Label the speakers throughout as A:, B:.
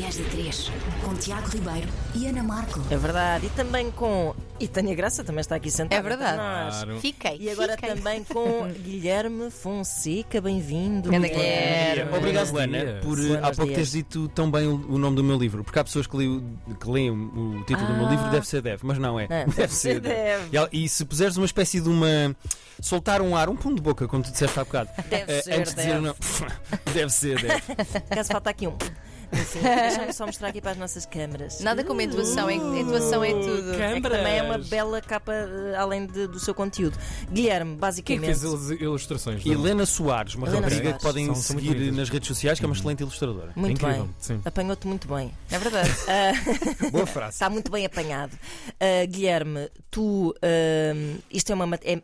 A: mais de três, com Tiago Ribeiro e Ana Marco.
B: É verdade. E também com. E Tânia Graça também está aqui sentada.
C: É verdade.
B: com nós.
D: Claro.
C: Fiquei.
B: E agora
C: fiquei.
B: também com Guilherme Fonseca, bem-vindo.
C: Ganda
B: Guilherme.
C: Guilherme.
E: Obrigado,
D: Buenos
E: Ana,
D: dias.
E: por
B: Buenos
E: há pouco
B: dias.
E: teres dito tão bem o, o nome do meu livro. Porque há pessoas que, li o- que leem o o título do meu
B: Ah.
E: livro, deve ser deve, mas não é.
B: Ah, deve ser deve.
E: E al- E, se puseres uma espécie de uma. soltar um ar, um pum de boca, como tu disseste há bocado.
B: Deve
E: eh,
B: ser,
E: antes de dizer
B: deve.
E: não. Deve ser, deve.
B: Caso falta aqui um. Assim, Deixa-me só mostrar aqui para as nossas câmaras.
C: Nada como a intuação, a intuação é tudo.
B: É que também é uma bela capa eh, além de- do seu conteúdo. Guilherme,
D: Quem é que
B: basicamente.
D: fez as ilustrações? não? é?
E: Helena Soares, uma
B: Helena
E: rapariga
B: Soares.
E: que podem
D: São- são muito
E: seguir
D: bonitas. Uhum.
E: nas redes sociais, que é uma excelente ilustradora.
B: muito
D: Incrível,
B: bem.
D: sim.
B: Apanhou-te muito bem. Ah,
C: É verdade.
E: Boa frase.
B: Está muito bem apanhado. Ah, Guilherme, tu. ah, isto é uma. mat- É,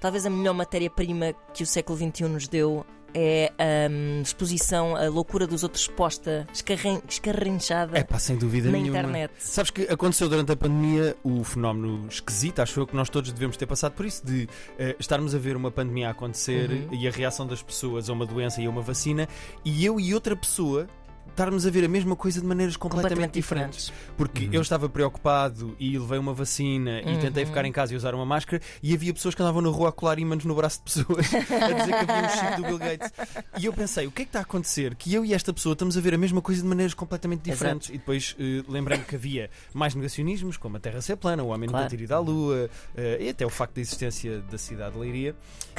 B: talvez a melhor matéria-prima que o século XXI nos deu é a exposição A Loucura dos Outros exposta, escarren- escarrinchada
E: É pá, sem dúvida
B: na
E: nenhuma.
B: internet.
E: Sabes que aconteceu durante a pandemia o fenómeno esquisito, acho eu que nós todos devemos ter passado por isso, de eh, estarmos a ver uma pandemia a acontecer
B: Uhum.
E: e a reação das pessoas a uma doença e a uma vacina, e eu e outra pessoa estarmos a ver a mesma coisa de maneiras completamente, diferentes. Porque eu estava preocupado e levei uma vacina e tentei ficar em casa e usar uma máscara, e havia pessoas que andavam na rua a colar ímãs no braço de pessoas a dizer que havia um chip do Bill Gates. E eu pensei, o que é que está a acontecer? Que eu e esta pessoa estamos a ver a mesma coisa de maneiras completamente diferentes. E depois eh, lembrei-me que havia mais negacionismos, como a Terra ser plana, o homem
B: Claro.
E: nunca ter ido à Lua, eh, e até o facto da existência da cidade de Leiria.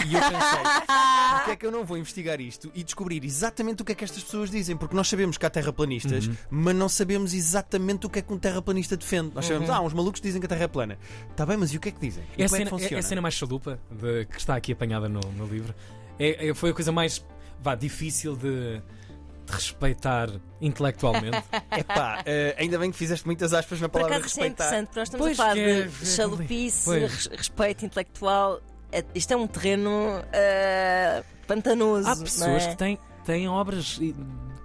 E: E eu pensei, porque é que eu não vou investigar isto e descobrir exatamente o que é que estas pessoas dizem? Porque nós sabemos que há terraplanistas, mas não sabemos exatamente o que é que um terraplanista defende. Nós sabemos, ah, uns malucos dizem que a Terra é plana. Está bem, mas e o que é que dizem? E
D: É a,
E: como é que
D: cena, é- é
E: funciona?
D: a cena mais chalupa de- que está aqui apanhada no, no livro. É, é- foi a coisa mais vá, difícil de, de respeitar intelectualmente.
E: Epá, eh, ainda bem que fizeste muitas aspas na
B: Por
E: palavra
B: acaso isto é
E: respeitar.
B: interessante, porque nós estamos
D: Pois
B: a falar
D: que é,
B: de
D: é
B: chalupice,
D: complicado.
B: res- respeito intelectual. É- Isto é um terreno ah, pantanoso.
D: Há
B: não
D: pessoas
B: é?
D: que têm, têm obras e-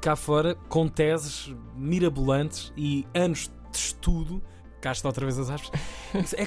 D: cá fora com teses mirabolantes e anos de estudo. Cá está outra vez as aspas. É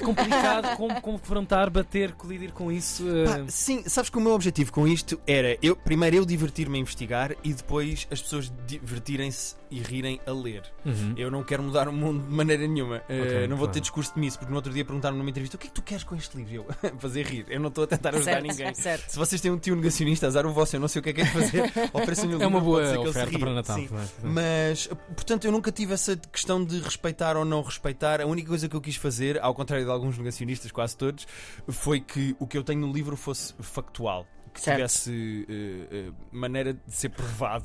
D: complicado com- confrontar, bater, colidir com isso. eh,
E: Pá, sim, sabes que o meu objetivo com isto era eu primeiro eu divertir-me a investigar e depois as pessoas divertirem-se e rirem a ler.
D: Uhum.
E: Eu não quero mudar o mundo de maneira nenhuma. Eh, não vou
D: claro.
E: ter discurso de miss, porque no outro dia perguntaram numa entrevista o que é que tu queres com este livro? E Eu, fazer rir. Eu não estou a tentar ajudar
B: Certo,
E: ninguém.
B: certo.
E: Se vocês têm um tio negacionista, azar o vosso, eu não sei o que é que é de fazer. Ofereçam-lhe o livro,
D: É uma
E: pode ser
D: boa
E: que ele se
D: oferta
E: ria.
D: para o Natal.
E: Sim.
D: não é?
E: Mas, portanto, eu nunca tive essa questão de respeitar ou não respeitar. A única coisa que eu quis fazer, ao contrário de alguns negacionistas, quase todos, foi que o que eu tenho no livro fosse factual. Que
B: Certo.
E: tivesse eh, eh, maneira de ser provado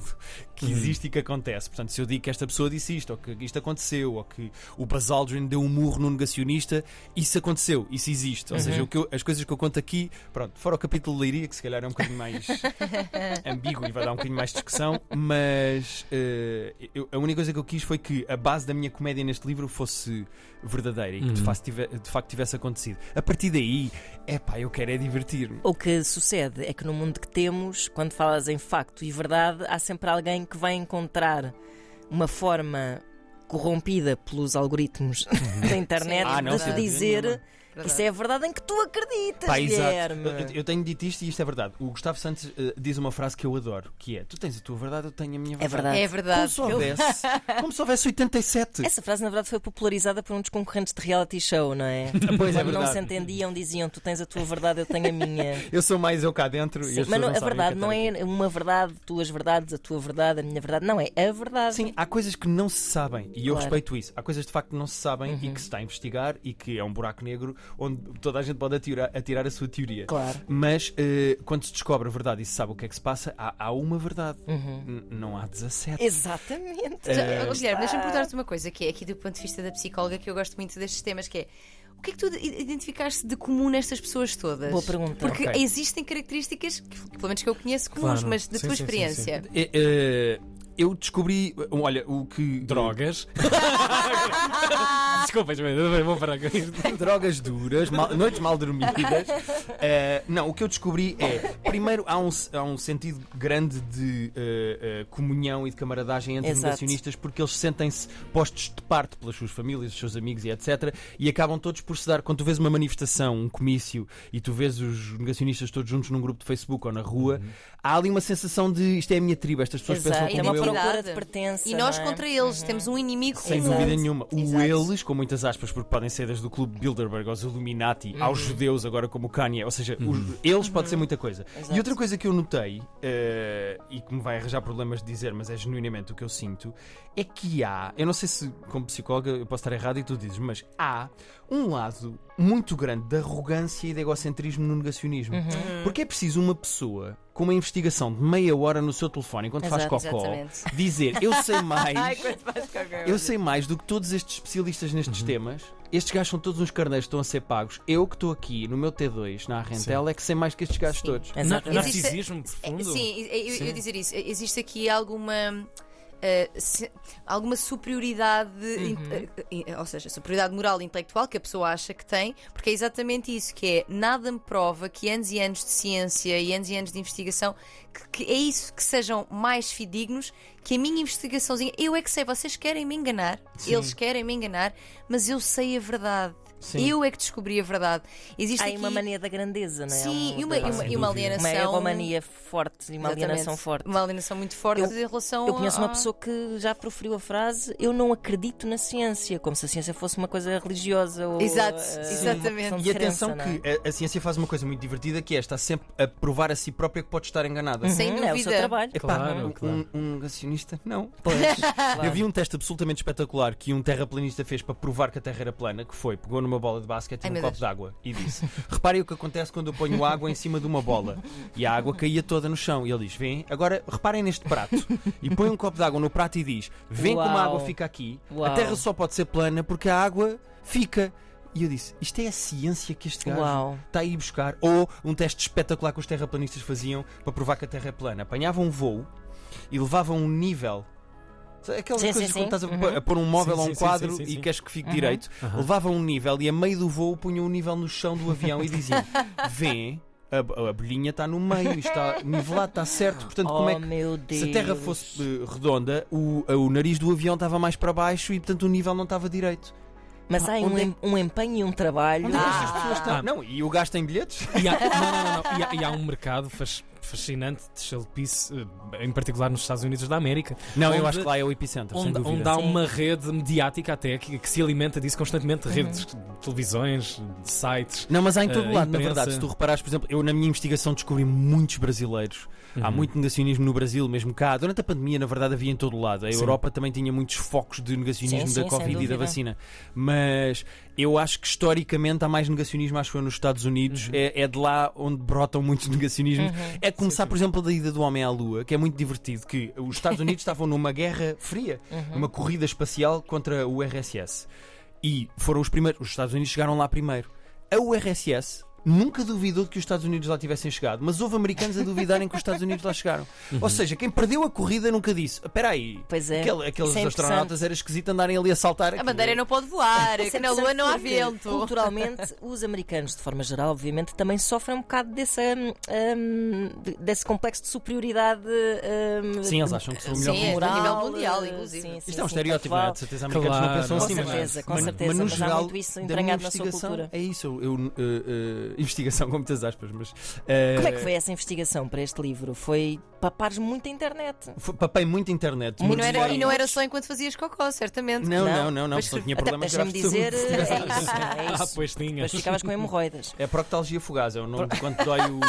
E: que existe e que acontece. Portanto, se eu digo que esta pessoa disse isto, ou que isto aconteceu, ou que o Buzz Aldrin deu um murro no negacionista, isso aconteceu, isso existe. Ou seja, o que eu- as coisas que eu conto aqui, pronto, fora o capítulo de Leiria, que se calhar é um bocadinho mais ambíguo e vai dar um bocadinho mais de discussão, mas eh, eu- a única coisa que eu quis foi que a base da minha comédia neste livro fosse verdadeira e que de,
D: Uhum.
E: facto tive- de facto tivesse acontecido. A partir daí, é pá, eu quero é divertir-me.
B: O que sucede é que no mundo que temos, quando falas em facto e verdade, há sempre alguém que vai encontrar uma forma corrompida pelos algoritmos da internet
C: Ah, não,
B: de
C: sem
B: te
C: dúvida
B: dizer
C: Verdade.
B: isso é a verdade em que tu acreditas,
E: Pá, exato.
B: Guilherme.
E: Eu, eu tenho dito isto e isto é verdade. O Gustavo Santos eh, diz uma frase que eu adoro, que é: Tu tens a tua verdade, eu tenho a minha verdade.
B: verdade. É
C: É
E: Como
C: verdade.
E: se houvesse, como se houvesse 87.
B: Essa frase, na verdade, foi popularizada por um dos concorrentes de reality show, não é?
E: Pois é
B: Quando não
E: verdade.
B: se entendiam, diziam: Tu tens a tua verdade, eu tenho a minha.
E: Eu sou mais eu cá dentro e
B: Sim,
E: as
B: mas
E: pessoas
B: não- a
E: sabem o que
B: verdade
E: é
B: não
E: estar aqui.
B: é uma verdade, tuas verdades, a tua verdade, a minha verdade. Não, é a verdade.
E: Sim, há coisas que não se sabem e
B: Claro.
E: eu
B: Uhum.
E: respeito isso. Há coisas de facto que não se sabem e que se está a investigar e que é um buraco negro onde toda a gente pode atirar, atirar a sua teoria.
B: Claro.
E: Mas eh, quando se descobre a verdade e se sabe o que é que se passa, há, há uma verdade.
B: Uhum.
E: N- Não há
B: É.
E: 17. É
B: Exatamente.
C: Já- oh, Guilherme, deixa-me perguntar-te uma coisa que é aqui do ponto de vista da psicóloga que eu gosto muito destes temas, que é o que é que tu i- identificaste de comum nestas pessoas todas?
B: Boa pergunta.
C: Porque
E: Ok.
C: existem características que, que, pelo menos que eu conheço comuns,
D: Claro.
C: mas da
D: Sim,
C: tua
D: sim, sim,
C: experiência.
E: Eh, eh, eu descobri, olha, o que.
D: Drogas. Desculpa, Ismael, vou parar com isto.
E: drogas duras, mal- noites mal dormidas. Eh, não, o que eu descobri é, primeiro, há um, há um sentido grande de eh, eh, comunhão e de camaradagem entre
B: Exato.
E: negacionistas porque eles sentem-se postos de parte pelas suas famílias, os seus amigos e etc. E acabam todos por se dar. Quando tu vês uma manifestação, um comício e tu vês os negacionistas todos juntos num grupo de Facebook ou na rua, há ali uma sensação de isto é a minha tribo, estas pessoas
B: Uhum. Exato, é
E: pensam como
B: uma
E: eu,
B: procura de
C: Verdade.
B: pertença.
C: E nós
B: não é?
C: contra eles, temos um inimigo
E: Sem
C: comum.
E: dúvida nenhuma. O
C: Exato.
E: eles, com muitas aspas, porque podem ser desde o clube Bilderberg aos Illuminati,
C: Uhum.
E: aos judeus, agora como o Kanye. Ou seja, os- eles pode ser muita coisa.
B: Exato.
E: E outra coisa que eu notei, eh, e que me vai arranjar problemas de dizer, mas é genuinamente o que eu sinto, é que há, eu não sei se como psicóloga eu posso estar errado e tu dizes, mas há um lado muito grande de arrogância e de egocentrismo no negacionismo.
C: Uhum.
E: Porque é preciso uma pessoa com uma investigação de meia hora no seu telefone enquanto
B: Exato,
E: faz cocó
C: exatamente.
E: dizer eu sei mais.
C: Ai, quando faz qualquer
E: Eu
C: coisa.
E: sei mais do que todos estes especialistas nestes temas. Estes gajos são todos uns carneiros que estão a ser pagos. Eu que estou aqui no meu T2, na Arrentel, é que sei mais que estes gajos
C: Sim.
E: todos.
D: Na-
B: Exatamente.
C: Existe-
D: Narcisismo
B: É,
D: profundo.
C: Sim, eu- eu,
D: Sim.
C: eu ia dizer isso. Existe aqui alguma. eh, se- alguma superioridade, in- eh, eh, ou seja, superioridade moral e intelectual que a pessoa acha que tem, porque é exatamente isso que é. Nada me prova que anos e anos de ciência e anos e anos de investigação que, que é isso que sejam mais fidedignos que a minha investigaçãozinha. Eu é que sei, vocês querem me enganar, eles querem me enganar, mas eu sei a verdade.
E: Sim.
C: Eu é que descobri a verdade. Existe
B: Há aí
C: aqui
B: uma mania da grandeza, não é?
C: Sim,
B: Um-
C: e uma, e uma,
D: sem
C: e uma
D: dúvida.
B: uma
C: alienação.
B: egomania forte e uma
C: Exatamente.
B: alienação forte.
C: Uma alienação muito forte
B: Eu-
C: em relação
B: Eu conheço
C: a-
B: uma pessoa que já proferiu a frase eu não acredito na ciência, como se a ciência fosse uma coisa religiosa ou
C: Exato,
B: eh,
C: exatamente.
B: uma questão de
E: E atenção
B: crença, não é?
E: que a, a ciência faz uma coisa muito divertida que é está sempre a provar a si própria que pode estar enganada.
C: Sim. sem
B: Uhum, é o seu
C: dúvida.
B: trabalho.
E: Epá,
D: Claro,
E: um,
D: claro.
E: um- um negacionista? Não.
B: Pois, claro.
E: Eu vi um teste absolutamente espetacular que um terraplanista fez para provar que a Terra era plana, que foi, pegou numa bola de basquete e
C: Ai,
E: um
C: meu
E: copo
C: Deus.
E: de água e disse: Reparem o que acontece quando eu ponho água em cima de uma bola. E a água caía toda no chão. E ele diz: Vem, agora reparem neste prato. E põe um copo de água no prato e diz: Vem como a
B: Uau.
E: água fica aqui. A
B: Uau.
E: Terra só pode ser plana porque a água fica. E eu disse: Isto é a ciência que este gajo
B: Uau.
E: está a ir tá buscar. Ou um teste espetacular que os terraplanistas faziam para provar que a Terra é plana. Apanhavam um voo e levavam um nível. Sabe Aquelas
B: Sim, sim,
E: coisas
B: sim.
E: quando estás a,
B: Uhum.
E: pôr- a pôr um móvel
D: Sim,
E: a um
D: sim, sim,
E: quadro
D: sim, sim,
E: e
D: sim.
E: queres que fique direito, levavam um nível e a meio do voo punham um nível no chão do avião e diziam: Vê, a, a bolhinha está no meio, isto está nivelado, está certo. Portanto, como
B: oh,
E: é que.
B: meu Deus.
E: Se a Terra fosse eh, redonda, o, o nariz do avião estava mais para baixo e, portanto, o nível não estava direito.
B: Mas há aí um,
E: Onde é-
B: em- um empenho e um trabalho.
E: Onde é que estas pessoas estão?
B: tá,
D: Ah.
E: Não, e o gasto em bilhetes?
D: E há, não, não, não, não. E há, e há um mercado fas- fascinante de chalupice, eh, em particular nos Estados Unidos da América.
E: Não, eu
D: Onde-
E: acho que lá é o epicentro,
B: Um
E: sem
D: Onde,
E: dúvida.
D: onde há
B: Sim.
D: uma rede mediática até que, que se alimenta disso constantemente,
B: Uhum.
D: redes de televisões, de sites.
E: Não, mas há em todo
D: Eh,
E: lado, na
D: imprensa.
E: verdade. Se tu reparares, por exemplo, eu na minha investigação descobri muitos brasileiros.
D: Uhum.
E: Há muito negacionismo no Brasil, mesmo cá. Durante a pandemia, na verdade, havia em todo lado. A
D: Sim.
E: Europa também tinha muitos focos de negacionismo
B: Sim,
E: da
B: sim, sem
E: Covid e da
B: dúvida.
E: vacina. Mas eu acho que historicamente há mais negacionismo, acho eu, nos Estados Unidos.
B: Uhum.
E: É, é de lá onde brotam muitos negacionismos. É começar, por exemplo, da ida do homem à Lua, que é muito divertido. Que os Estados Unidos estavam numa guerra fria,
B: Uhum.
E: numa corrida espacial contra o RSS. E foram os primeiros. Os Estados Unidos chegaram lá primeiro. A URSS nunca duvidou de que os Estados Unidos lá tivessem chegado, mas houve americanos a duvidarem que os Estados Unidos lá chegaram. Ou seja, quem perdeu a corrida nunca disse: espera aí,
B: Uhum. Pois é.
E: aquele- aqueles
B: Isso é interessante.
E: astronautas era esquisito andarem ali a saltar.
C: A bandeira não pode voar,
B: Isso é
C: que na lua não há
B: porque,
C: vento.
B: Culturalmente, os americanos, de forma geral, obviamente, também sofrem um bocado dessa, hum, de- desse complexo de superioridade. hum,
E: Sim, eles acham que são o melhor
C: Sim,
E: que
C: é.
E: mundo.
B: moral,
C: a nível mundial,
B: eh,
C: inclusive.
B: sim, sim,
E: Isto é um
B: sim,
E: estereótipo, não é?
B: factual.
E: De certeza, americanos
D: Claro.
E: não pensam
D: Com
E: assim, não é?
B: certeza, com
E: mas,
B: certeza,
E: mas no
B: mas há
E: geral,
B: muito isso
E: da
B: entranhado
E: minha
B: na sua
E: investigação,
B: cultura.
E: É isso, eu, eu, eh, eh, investigação com muitas aspas, mas. uh,
B: Como é que foi essa investigação para este livro? Foi papares muito a internet.
E: Papei muita internet.
C: E
E: muito
C: não, era,
E: fóruns.
C: e não era só enquanto fazias cocó, certamente.
B: Não.
E: Não, não, não, não,
C: Mas
E: porque não tinha
B: Até-
E: problemas
B: Deixa-me
E: graves de
B: dizer,
E: saúde.
B: eh, é isso. É
D: Ah,
B: isso.
D: pois tinha.
B: Mas ficavas com hemorroidas.
E: É proctalgia fugaz, é o nome de quanto dói o.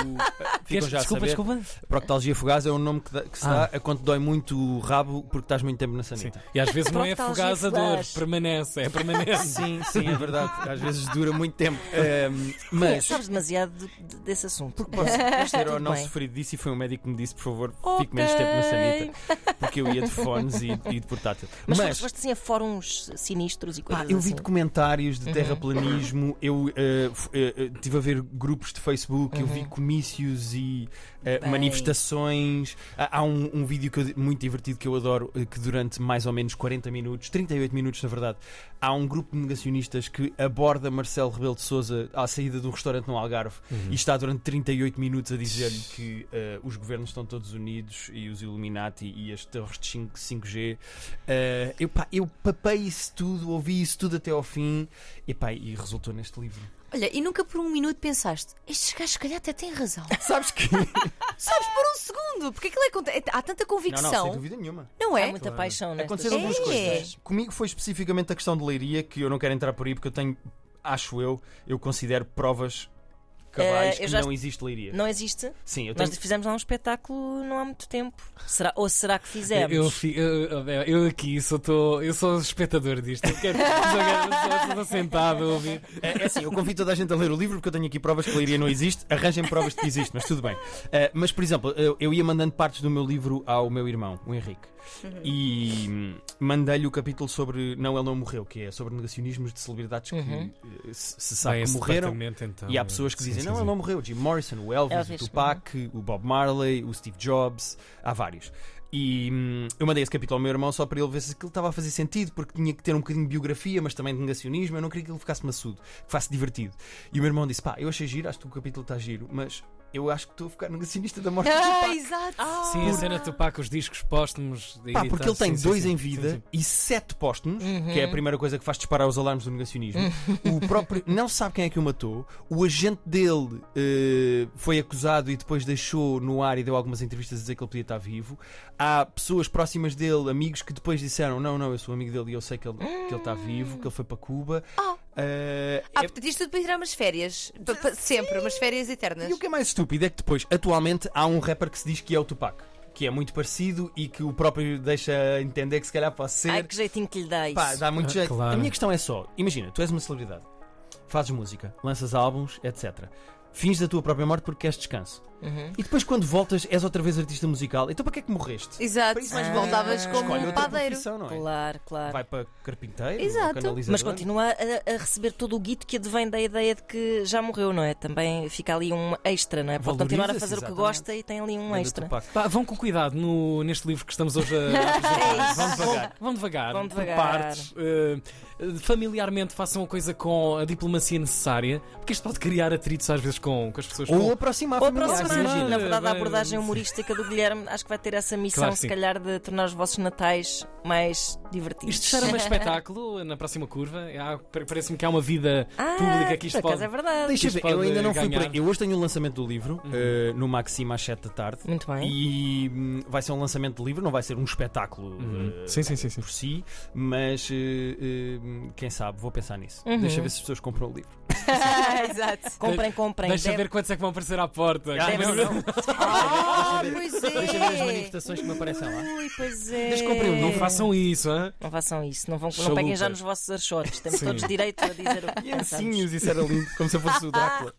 E: Ficam já a
D: desculpa,
E: saber.
D: desculpa.
E: Proctalgia fugaz é o nome que, dá- que se
D: Ah.
E: dá a quanto dói muito o rabo porque estás muito tempo na
D: Sim.
E: sanita.
D: E às vezes não é
B: Proctalgia
D: fugaz a dor,
B: flash.
D: permanece, é permanente.
E: Sim, sim, é verdade. Às vezes dura muito tempo. Ahm, mas.
B: é Sabes demasiado de- de- desse assunto.
E: Porque posso posso ter ou
B: Tudo
E: não
B: bem.
E: sofrido disso e foi um médico que me disse, por favor, fique menos tempo na sanita. Porque eu ia de fones e, e de portátil.
B: Mas, mas foste assim a fóruns sinistros e
E: Pá,
B: coisas
E: eu vi
B: assim.
E: documentários de terraplanismo, eu eh, f- eh, eh, tive a ver grupos de Facebook, eu
B: Uhum.
E: vi comícios e eh,
B: Bem.
E: manifestações. Há, há um, um vídeo que eu- muito divertido que eu adoro, eh, que durante mais ou menos 40 minutos, 38 minutos na verdade, há um grupo de negacionistas que aborda Marcelo Rebelo de Souza à saída de um restaurante no Algarve e está durante 38 minutos a dizer-lhe que eh, os governos estão todos unidos e os Illuminati e as torres de 5, 5G. Eh, eu, pá, eu papei isso tudo, ouvi isso tudo até ao fim e, pá, e resultou neste livro.
C: Olha, e nunca por um minuto pensaste, estes gajos se calhar até têm razão.
E: Sabes que
C: Sabes, por um segundo, porque aquilo é. conta- é- Há tanta
E: Não, não, sem
C: convicção.
E: dúvida nenhuma.
C: Não,
B: Há
C: é?
B: muita
E: Claro.
B: paixão, né?
E: Aconteceram
C: É.
E: duas coisas. Comigo foi especificamente a questão de leiria, que eu não quero entrar por aí porque eu tenho, acho eu, eu considero provas
B: Eh,
E: cabais
B: eu
E: que
B: já-
E: não existe leiria.
B: Não existe?
E: Sim, eu tenho.
B: Nós fizemos lá um espetáculo não há muito tempo. Será, ou será que fizemos?
D: Eu, fi- eu, eu- eu aqui só estou. Eu sou espectador disto. Eu quero estou sentado a ouvir.
E: É, é assim, eu convido toda a gente a ler o livro porque eu tenho aqui provas que leiria não existe. Arranjem provas de que existe, mas tudo bem. Eh, mas, por exemplo, eu, eu ia mandando partes do meu livro ao meu irmão, o Henrique.
B: Uhum.
E: E hum, mandei-lhe o capítulo sobre Não, Ele Não Morreu, que é sobre negacionismos de celebridades
B: Uhum.
E: que eh, se se
D: Bem,
E: sabe que
D: esse
E: morreram.
D: departamento, então,
E: E há pessoas que
D: sim,
E: dizem,
D: sim,
E: não,
D: sim.
E: ele não morreu. O Jim Morrison, o Elvis,
B: Elvis,
E: o Tupac, o Bob Marley, o Steve Jobs, há vários. E hum, eu mandei esse capítulo ao meu irmão só para ele ver se aquilo estava a fazer sentido, porque tinha que ter um bocadinho de biografia, mas também de negacionismo. Eu não queria que ele ficasse maçudo, que fosse divertido. E o meu irmão disse: pá, eu achei giro, acho que o capítulo está giro, mas eu acho que estou a ficar negacionista da morte do
C: Ah,
E: Tupac.
C: exato.
D: Sim, a cena é de Tupac, os discos póstumos.
E: Pá,
D: editados,
E: porque ele tem
D: sim, sim,
E: dois
D: sim,
E: em
D: sim,
E: vida
D: sim.
E: e sete póstumos, que é a primeira coisa que faz disparar os alarmes do negacionismo. o próprio não sabe quem é que o matou. O agente dele eh, foi acusado e depois deixou no ar e deu algumas entrevistas a dizer que ele podia estar vivo. Há pessoas próximas dele, amigos, que depois disseram: Não, não, eu sou amigo dele e eu sei que ele, que ele está vivo, que ele foi para Cuba.
C: Ah.
E: Eh,
C: Ah,
E: é-
C: portanto, isto tudo para tirar umas férias. Pa- pa- Sempre, umas férias eternas.
E: e o que é mais estúpido é que depois, atualmente, há um rapper que se diz que é o Tupac. Que é muito parecido e que o próprio deixa entender que se calhar pode ser.
B: Ai, que jeitinho que lhe dá isso.
E: Pá, dá muito
D: Ah,
E: jeito.
D: claro.
E: A minha questão é só: imagina, tu és uma celebridade, fazes música, lanças álbuns, etc. Fins da tua própria morte porque queres descanso.
B: Uhum.
E: E depois, quando voltas, és outra vez artista musical. Então, para que é que morreste?
C: Exato. Ah,
E: Para isso mais vale-
C: Voltavas como
E: Ah, Escolhe
C: um
E: outra
C: padeiro.
E: profissão, não é?
B: Claro, claro.
E: Vai para carpinteiro,
C: Exato.
E: canalizador.
B: Mas continua a, a receber todo o guito que advém da ideia de que já morreu, não é? Também fica ali um extra, não é? Pode continuar a
E: Valoriza-se,
B: fazer o que
E: exatamente.
B: gosta e tem ali um
E: Lembra-te
B: extra.
E: do Paco.
D: Pá, vão com cuidado no, neste livro que estamos hoje a
B: É
D: apresentar.
E: Vamos devagar.
D: Vão devagar,
B: Vão devagar.
D: por partes. eh, familiarmente façam a coisa com a diplomacia necessária, porque isto pode criar atritos às vezes com, com as pessoas.
E: Ou
D: com-
E: aproximar
B: Ou
D: um
E: a família.
B: aproximar,
D: Imagina.
B: na verdade, a
D: Vai-
B: abordagem humorística do Guilherme acho que vai ter essa missão,
D: Claro que
B: se
D: sim.
B: calhar, de tornar os vossos natais mais divertidos.
D: Isto cheira-me a espetáculo na próxima curva. Há- pa- Parece-me que há uma vida
B: ah,
D: pública que isto
B: por acaso
D: pode.
B: é verdade.
E: Deixa
D: Isto
E: ver, eu
D: pode
E: ainda não fui por
D: ganhar. Uhum.
E: aí. Eu hoje tenho o lançamento do livro eh, no Maxima às 7 da tarde.
B: Muito bem.
E: E hum, vai ser um lançamento de livro, não vai ser um espetáculo
D: Uhum.
E: eh,
D: Sim, sim, sim, sim.
E: por si, mas eh, eh, quem sabe, vou pensar nisso.
B: Uhum.
E: Deixa ver se as pessoas compram o livro.
C: Exato.
B: Comprem, comprem.
D: Deixa
B: Deve-
D: ver quantos é que vão aparecer à porta.
E: Ah,
B: deve-
D: Como é que-
B: não.
C: Ah, pois é.
E: Deixa ver as manifestações que me aparecem lá.
B: Ui, pois é.
E: Mas comprem um,
D: Não façam isso, hã?
B: Não façam isso, não, vão, não
D: Chalupa.
B: peguem já nos vossos archotes. Temos
D: Sim.
B: todos direito a dizer o que
E: E
B: pensamos.
E: ancinhos, isso era lindo, como se eu fosse o Drácula.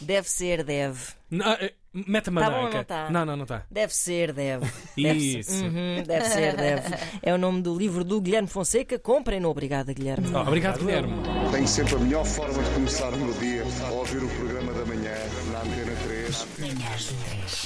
B: Deve ser, deve.
D: Não, eh, Mete uma
B: Tá bom ou
D: manca.
B: não tá?
D: Não, não, não está.
B: Deve ser, deve. Deve ser.
D: Isso.
B: Uhum, deve ser, deve. É o nome do livro do Guilherme Fonseca. Comprem-no. Obrigada, Guilherme.
D: Oh, obrigado, Guilherme.
F: Tenho sempre a melhor forma de começar o meu dia ao ouvir o programa da manhã na Antena 3.
A: Manhãs da 3.